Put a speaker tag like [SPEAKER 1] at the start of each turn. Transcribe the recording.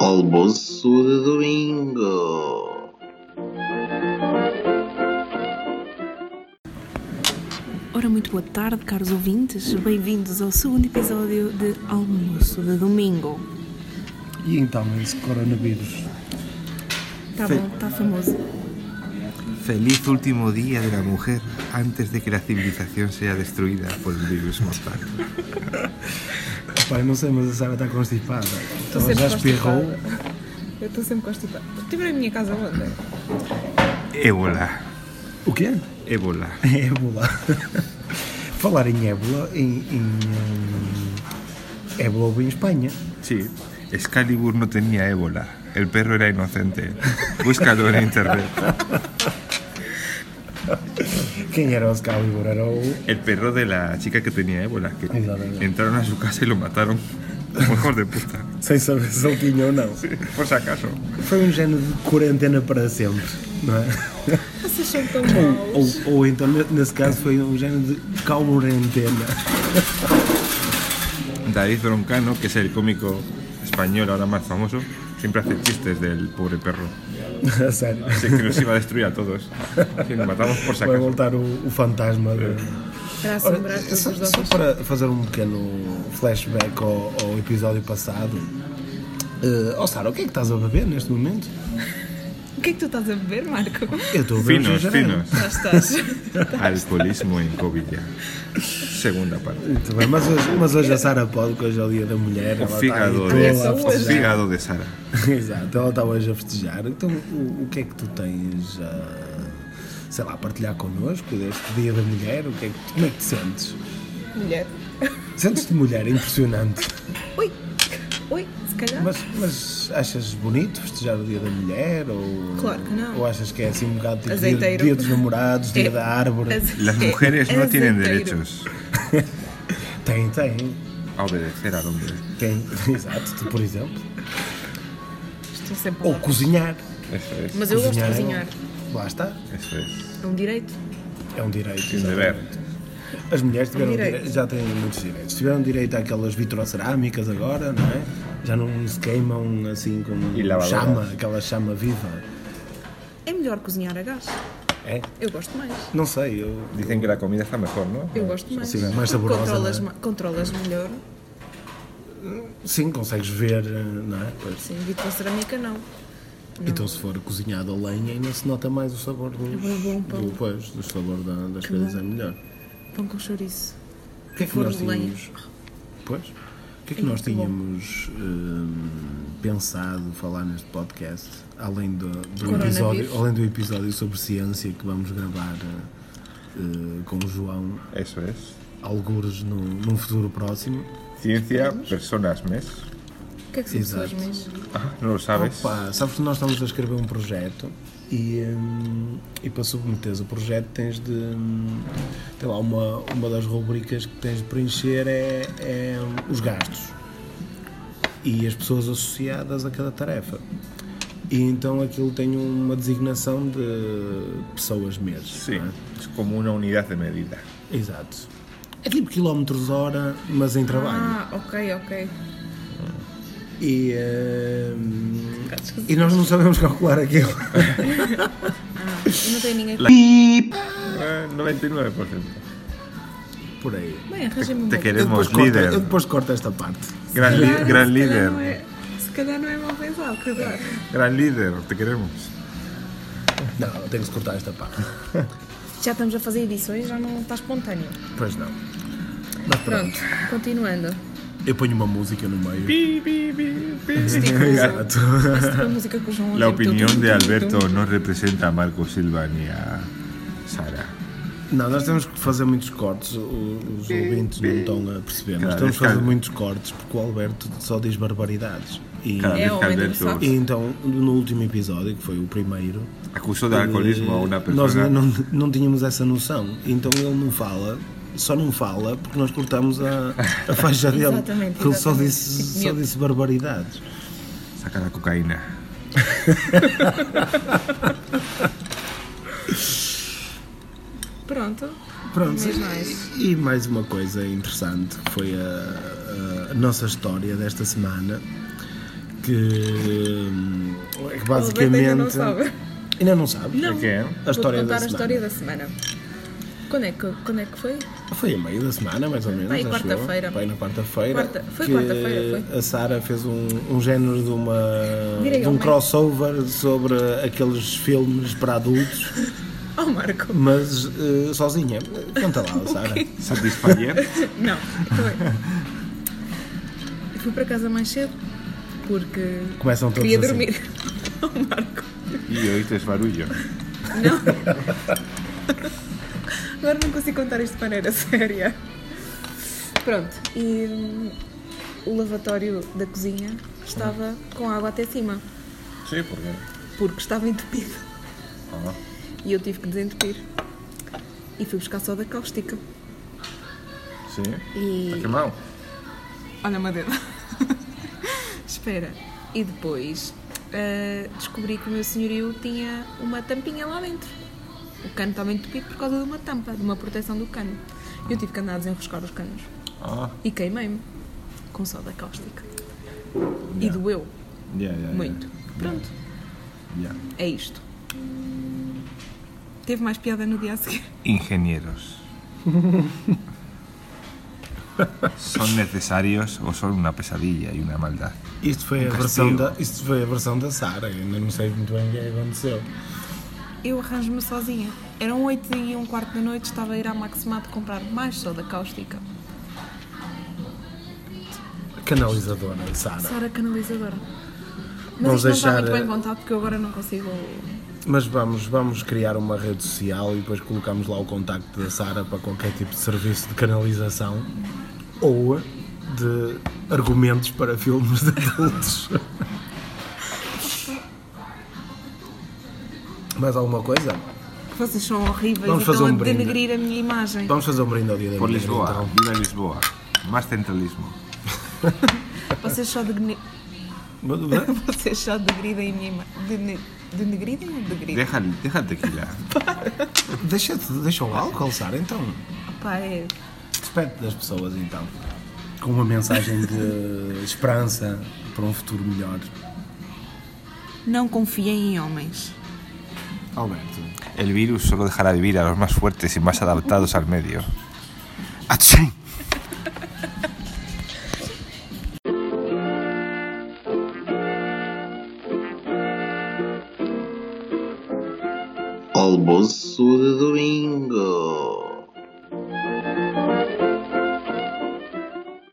[SPEAKER 1] almoço de domingo.
[SPEAKER 2] Ora, muito boa tarde, caros ouvintes. Bem-vindos ao segundo episódio de Almoço de Domingo.
[SPEAKER 3] E então esse coronavírus?
[SPEAKER 4] Tá
[SPEAKER 2] Está bom, está famoso.
[SPEAKER 5] Feliz último día de la mujer antes de que la civilización sea destruida por el virus mortal.
[SPEAKER 3] Pai, não sei, mas a Sara está constipada.
[SPEAKER 4] Estou
[SPEAKER 3] Ela
[SPEAKER 4] sempre
[SPEAKER 3] já espirrou.
[SPEAKER 4] constipada. Eu estou sempre constipada. Estive na minha casa ontem.
[SPEAKER 5] Ébola.
[SPEAKER 3] O quê?
[SPEAKER 5] Ébola.
[SPEAKER 3] Ébola. Falar em ébola, em. em hum, ébola houve em Espanha.
[SPEAKER 5] Sí. Excalibur no tenía ébola. El perro era inocente. Búscalo en internet.
[SPEAKER 3] Quem era o Excalibur? Era o.
[SPEAKER 5] El perro de la chica que tenía ébola. Que
[SPEAKER 3] Ay, la verdad.
[SPEAKER 5] entraron a su casa y lo mataron. Como hijos de puta.
[SPEAKER 3] Sem saber se ele tinha ou não.
[SPEAKER 5] Por si acaso.
[SPEAKER 3] Foi um género de quarentena para sempre, não é?
[SPEAKER 4] Vocês são tão maus.
[SPEAKER 3] Ou, ou então, ne- nesse caso, foi um género de calmorentena.
[SPEAKER 5] David Broncano, que es el cómico español ahora más famoso, siempre hace chistes del pobre perro.
[SPEAKER 3] A sério.
[SPEAKER 5] Así que nos iba a destruir a todos. Y lo matamos por si
[SPEAKER 3] Vai
[SPEAKER 5] acaso.
[SPEAKER 3] voltar o, o fantasma de.
[SPEAKER 4] Para
[SPEAKER 3] Ora,
[SPEAKER 4] assombrar todos
[SPEAKER 3] só,
[SPEAKER 4] os
[SPEAKER 3] só
[SPEAKER 4] nossos.
[SPEAKER 3] para fazer um pequeno flashback ao, ao episódio passado. eh, oh Sara, o que é que estás a beber neste momento?
[SPEAKER 4] O que é que tu estás a beber, Marco?
[SPEAKER 3] Eu estou a beber um
[SPEAKER 5] Finos,
[SPEAKER 3] gingerale.
[SPEAKER 5] finos.
[SPEAKER 4] Já estás.
[SPEAKER 5] Alcoholismo en COVID ya. Segunda parte.
[SPEAKER 3] Muito bem, mas hoje, mas hoje a Sara pode, que hoje é o dia da mulher.
[SPEAKER 5] O
[SPEAKER 3] ela
[SPEAKER 5] fígado,
[SPEAKER 3] está aí
[SPEAKER 5] de,
[SPEAKER 3] toda a
[SPEAKER 4] Olá,
[SPEAKER 5] o
[SPEAKER 4] hoje.
[SPEAKER 3] festejar.
[SPEAKER 5] fígado de Sara.
[SPEAKER 3] Exato, ela está hoje a festejar. Então, o, o que é que tu tens a, sei lá, a partilhar connosco deste dia da mulher? O que é que, como é que te sentes?
[SPEAKER 4] Mulher.
[SPEAKER 3] Sentes-te mulher, é impressionante.
[SPEAKER 4] Ui. Ui, se calhar.
[SPEAKER 3] Mas, mas achas bonito festejar o Dia da Mulher? Ou,
[SPEAKER 4] Claro que não.
[SPEAKER 3] Ou achas que é assim um bocado tipo dia,
[SPEAKER 4] Azeiteiro.
[SPEAKER 3] dia dos namorados, dia
[SPEAKER 4] É.
[SPEAKER 3] da árvore?
[SPEAKER 4] Aze-
[SPEAKER 5] Las mujeres no
[SPEAKER 4] é
[SPEAKER 5] tienen
[SPEAKER 4] azeiteiro.
[SPEAKER 5] derechos
[SPEAKER 3] Tem, tem.
[SPEAKER 5] a obedecer al hombre.
[SPEAKER 3] Tem, exato, tu, por exemplo.
[SPEAKER 4] Estou sempre a
[SPEAKER 3] Ou
[SPEAKER 4] falar.
[SPEAKER 3] cozinhar.
[SPEAKER 5] Eso es,
[SPEAKER 4] Mas eu gosto de
[SPEAKER 3] é
[SPEAKER 4] cozinhar.
[SPEAKER 3] um- Lá está,
[SPEAKER 5] eso es.
[SPEAKER 4] É um direito.
[SPEAKER 3] é um direito.
[SPEAKER 5] Sin
[SPEAKER 3] exatamente.
[SPEAKER 5] deber.
[SPEAKER 3] As mulheres tiveram
[SPEAKER 4] Um direito.
[SPEAKER 3] dire- já têm muitos direitos. Tiveram direito àquelas vitrocerâmicas agora, não é? Já não se queimam assim com
[SPEAKER 5] E lavadoras.
[SPEAKER 3] chama, aquela chama viva.
[SPEAKER 4] É melhor cozinhar a gás.
[SPEAKER 3] É?
[SPEAKER 4] Eu gosto mais.
[SPEAKER 3] Não sei, eu.
[SPEAKER 5] Dicen que la comida está mejor, ¿no?
[SPEAKER 4] Eu gosto mais.
[SPEAKER 3] Sim, é mais saborosa,
[SPEAKER 4] Controlas,
[SPEAKER 3] não é?
[SPEAKER 4] ma- controlas melhor.
[SPEAKER 3] Sim, consegues ver, não é? Pois.
[SPEAKER 4] Sim, vitro cerâmica não. É
[SPEAKER 3] Então, se for cozinhado a lenha, ainda se nota mais o sabor do,
[SPEAKER 4] bom, bom pão.
[SPEAKER 3] do, pois, do sabor da- das coisas é melhor.
[SPEAKER 4] Pão com chouriço.
[SPEAKER 3] O que é que
[SPEAKER 4] Forno
[SPEAKER 3] nós
[SPEAKER 4] de lenha.
[SPEAKER 3] tínhamos? Pois. O que é que nós
[SPEAKER 4] muito bom.
[SPEAKER 3] tínhamos hum, pensado falar neste podcast, além do, do
[SPEAKER 4] Coronavírus.
[SPEAKER 3] episódio, além do episódio sobre ciência que vamos gravar eh, eh, com o João,
[SPEAKER 5] Eso es.
[SPEAKER 3] algures no, num futuro próximo?
[SPEAKER 5] Ciencia, personas, mes.
[SPEAKER 4] O que é que são
[SPEAKER 3] Exato.
[SPEAKER 4] pessoas mesmo?
[SPEAKER 5] Ah, no lo sabes.
[SPEAKER 3] Opa, sabes que nós estamos a escrever um projeto e, hum, e para submeteres o projeto tens de. hum, Tem lá uma, uma das rubricas que tens de preencher é, é os gastos e as pessoas associadas a cada tarefa. E então aquilo tem uma designação de pessoas meses.
[SPEAKER 5] Sí,
[SPEAKER 3] não é?
[SPEAKER 5] es como una unidad de medida.
[SPEAKER 3] Exato. É tipo quilómetros hora, mas em trabalho.
[SPEAKER 4] Ah, ok, ok.
[SPEAKER 3] E, hum,
[SPEAKER 4] Bocado esquisito.
[SPEAKER 3] e nós não sabemos calcular aquilo.
[SPEAKER 4] Eu não tenho ninguém.
[SPEAKER 5] Eh, 99%.
[SPEAKER 3] Por aí.
[SPEAKER 4] Bem, arranjei-me um
[SPEAKER 5] Te
[SPEAKER 4] bom.
[SPEAKER 5] queremos,
[SPEAKER 3] corto-
[SPEAKER 5] líder.
[SPEAKER 3] eu depois corto esta parte.
[SPEAKER 5] Gran, li- gran líder.
[SPEAKER 4] Se calhar não é mal pensado, cuidado.
[SPEAKER 5] Gran líder, te queremos.
[SPEAKER 3] Não, tenho que cortar esta parte.
[SPEAKER 4] Já estamos a fazer edições, já não está espontâneo.
[SPEAKER 3] Pois não. Mas pronto.
[SPEAKER 4] Pronto, continuando.
[SPEAKER 3] Eu ponho uma música no meio.
[SPEAKER 4] Exato. a música que o João
[SPEAKER 5] La
[SPEAKER 4] ouve, tum, tum,
[SPEAKER 5] opinión de
[SPEAKER 4] tum, tum,
[SPEAKER 5] Alberto
[SPEAKER 4] tum.
[SPEAKER 5] no representa a Marco Silva ni a Sara.
[SPEAKER 3] Não, nós temos que fazer muitos cortes. o- Os ouvintes não estão a perceber, mas
[SPEAKER 5] Claro,
[SPEAKER 3] temos que fazer
[SPEAKER 5] claro.
[SPEAKER 3] muitos cortes porque o Alberto só diz barbaridades. E,
[SPEAKER 5] Cada
[SPEAKER 4] É
[SPEAKER 5] vez que
[SPEAKER 4] homem de
[SPEAKER 5] Alberto
[SPEAKER 3] e então, no último episódio, que foi o primeiro, eh,
[SPEAKER 5] acusó de alcoholismo a una
[SPEAKER 3] nós
[SPEAKER 5] persona.
[SPEAKER 3] ainda não, não tínhamos essa noção. Então ele não fala, só não fala porque nós cortamos a, a faixa dele.
[SPEAKER 4] Exatamente,
[SPEAKER 3] Porque ele só
[SPEAKER 4] exatamente.
[SPEAKER 3] disse,
[SPEAKER 4] Tipo
[SPEAKER 3] só
[SPEAKER 4] mute.
[SPEAKER 3] disse barbaridades.
[SPEAKER 5] Saca la cocaína.
[SPEAKER 4] Pronto.
[SPEAKER 3] Pronto.
[SPEAKER 4] Mas mais.
[SPEAKER 3] E mais uma coisa interessante que foi a, a nossa história desta semana, que, hum, é que
[SPEAKER 4] Roberto ainda não
[SPEAKER 3] basicamente.
[SPEAKER 4] sabe.
[SPEAKER 3] Ainda não sabe
[SPEAKER 4] Não.
[SPEAKER 3] o que é? A história
[SPEAKER 4] Vou
[SPEAKER 3] da
[SPEAKER 4] contar a
[SPEAKER 3] semana.
[SPEAKER 4] história da semana. Quando é que, quando é que foi?
[SPEAKER 3] Foi a meio da semana, mais ou menos.
[SPEAKER 4] Pai,
[SPEAKER 3] acho
[SPEAKER 4] quarta-feira.
[SPEAKER 3] eu. Pai, na quarta-feira.
[SPEAKER 4] Quarta- foi
[SPEAKER 3] que
[SPEAKER 4] quarta-feira, foi.
[SPEAKER 3] A Sara fez um, um género de uma.
[SPEAKER 4] Direi
[SPEAKER 3] de um
[SPEAKER 4] homem.
[SPEAKER 3] crossover sobre aqueles filmes para adultos,
[SPEAKER 4] Oh, Marco.
[SPEAKER 3] mas eh, sozinha. Conta lá, Sara.
[SPEAKER 5] Satisfayer.
[SPEAKER 4] Não, foi. Eu fui para casa mais cedo porque
[SPEAKER 3] Começam todos
[SPEAKER 4] queria
[SPEAKER 3] assim.
[SPEAKER 4] dormir. Oh, Marco.
[SPEAKER 5] Y hoy te es barullo.
[SPEAKER 4] Não. Agora não consigo contar isto de maneira séria. Pronto, e hum, o lavatório da cozinha estava com água até cima,
[SPEAKER 5] Sí, porque.
[SPEAKER 4] porque estava entupido.
[SPEAKER 5] Ah.
[SPEAKER 4] E eu tive que desentupir. E fui buscar soda cáustica.
[SPEAKER 5] Sí.
[SPEAKER 4] E.
[SPEAKER 5] ¿Está quemado?
[SPEAKER 4] Olha uma dedo. Espera. E depois ah, descobri que o meu senhorio tinha uma tampinha lá dentro. O cano estava entupido por causa de uma tampa, de uma proteção do cano. E Eu tive que andar a desenroscar os canos.
[SPEAKER 5] Ah,
[SPEAKER 4] E queimei-me com soda cáustica. E doeu
[SPEAKER 5] ya, ya. ya.
[SPEAKER 4] muito. Pronto,
[SPEAKER 5] Ya.
[SPEAKER 4] é isto. Teve mais piada no dia a seguir.
[SPEAKER 5] Ingenieros. ¿Son necesarios o son una pesadilla y una maldad?
[SPEAKER 3] Isto foi, a
[SPEAKER 5] Um
[SPEAKER 3] versão
[SPEAKER 5] castigo.
[SPEAKER 3] da, isto foi a versão da Sara, ainda não sei muito bem o que é que aconteceu.
[SPEAKER 4] Eu arranjo-me sozinha. Eram 8 e um quarto da noite, estava a ir à Maximato comprar mais soda cáustica.
[SPEAKER 3] Canalizadora, Sara.
[SPEAKER 4] Sara canalizadora. Mas
[SPEAKER 3] Vamos
[SPEAKER 4] isto não
[SPEAKER 3] deixar,
[SPEAKER 4] está muito
[SPEAKER 3] eh,
[SPEAKER 4] bem contado porque eu agora não consigo.
[SPEAKER 3] Mas vamos, vamos criar uma rede social e depois colocamos lá o contacto da Sara para qualquer tipo de serviço de canalização ou de argumentos para filmes de adultos. Mais alguma coisa?
[SPEAKER 4] Vocês são horríveis e
[SPEAKER 3] Vamos
[SPEAKER 4] estão
[SPEAKER 3] fazer um
[SPEAKER 4] a
[SPEAKER 3] brinde.
[SPEAKER 4] denegrir a minha imagem.
[SPEAKER 3] Vamos fazer um brinde ao dia da
[SPEAKER 5] Por
[SPEAKER 3] mulher,
[SPEAKER 5] Lisboa.
[SPEAKER 3] então.
[SPEAKER 5] Viva Lisboa. Más centralismo.
[SPEAKER 4] Vocês só degni-
[SPEAKER 3] Mas-
[SPEAKER 4] Vocês só degridem a minha imagem. Dene... Denegridem ou degridem?
[SPEAKER 5] Deja, deja el tequila.
[SPEAKER 3] mas Deixa, deixa o álcool, Sara, então.
[SPEAKER 4] Pá, é.
[SPEAKER 3] Despede das pessoas, então. Com uma mensagem de esperança para um futuro melhor.
[SPEAKER 2] Não confiem em homens.
[SPEAKER 3] Alberto.
[SPEAKER 5] El virus solo dejará vivir a los más fuertes y más adaptados al medio. ¡Achín!
[SPEAKER 1] Almoço de domingo.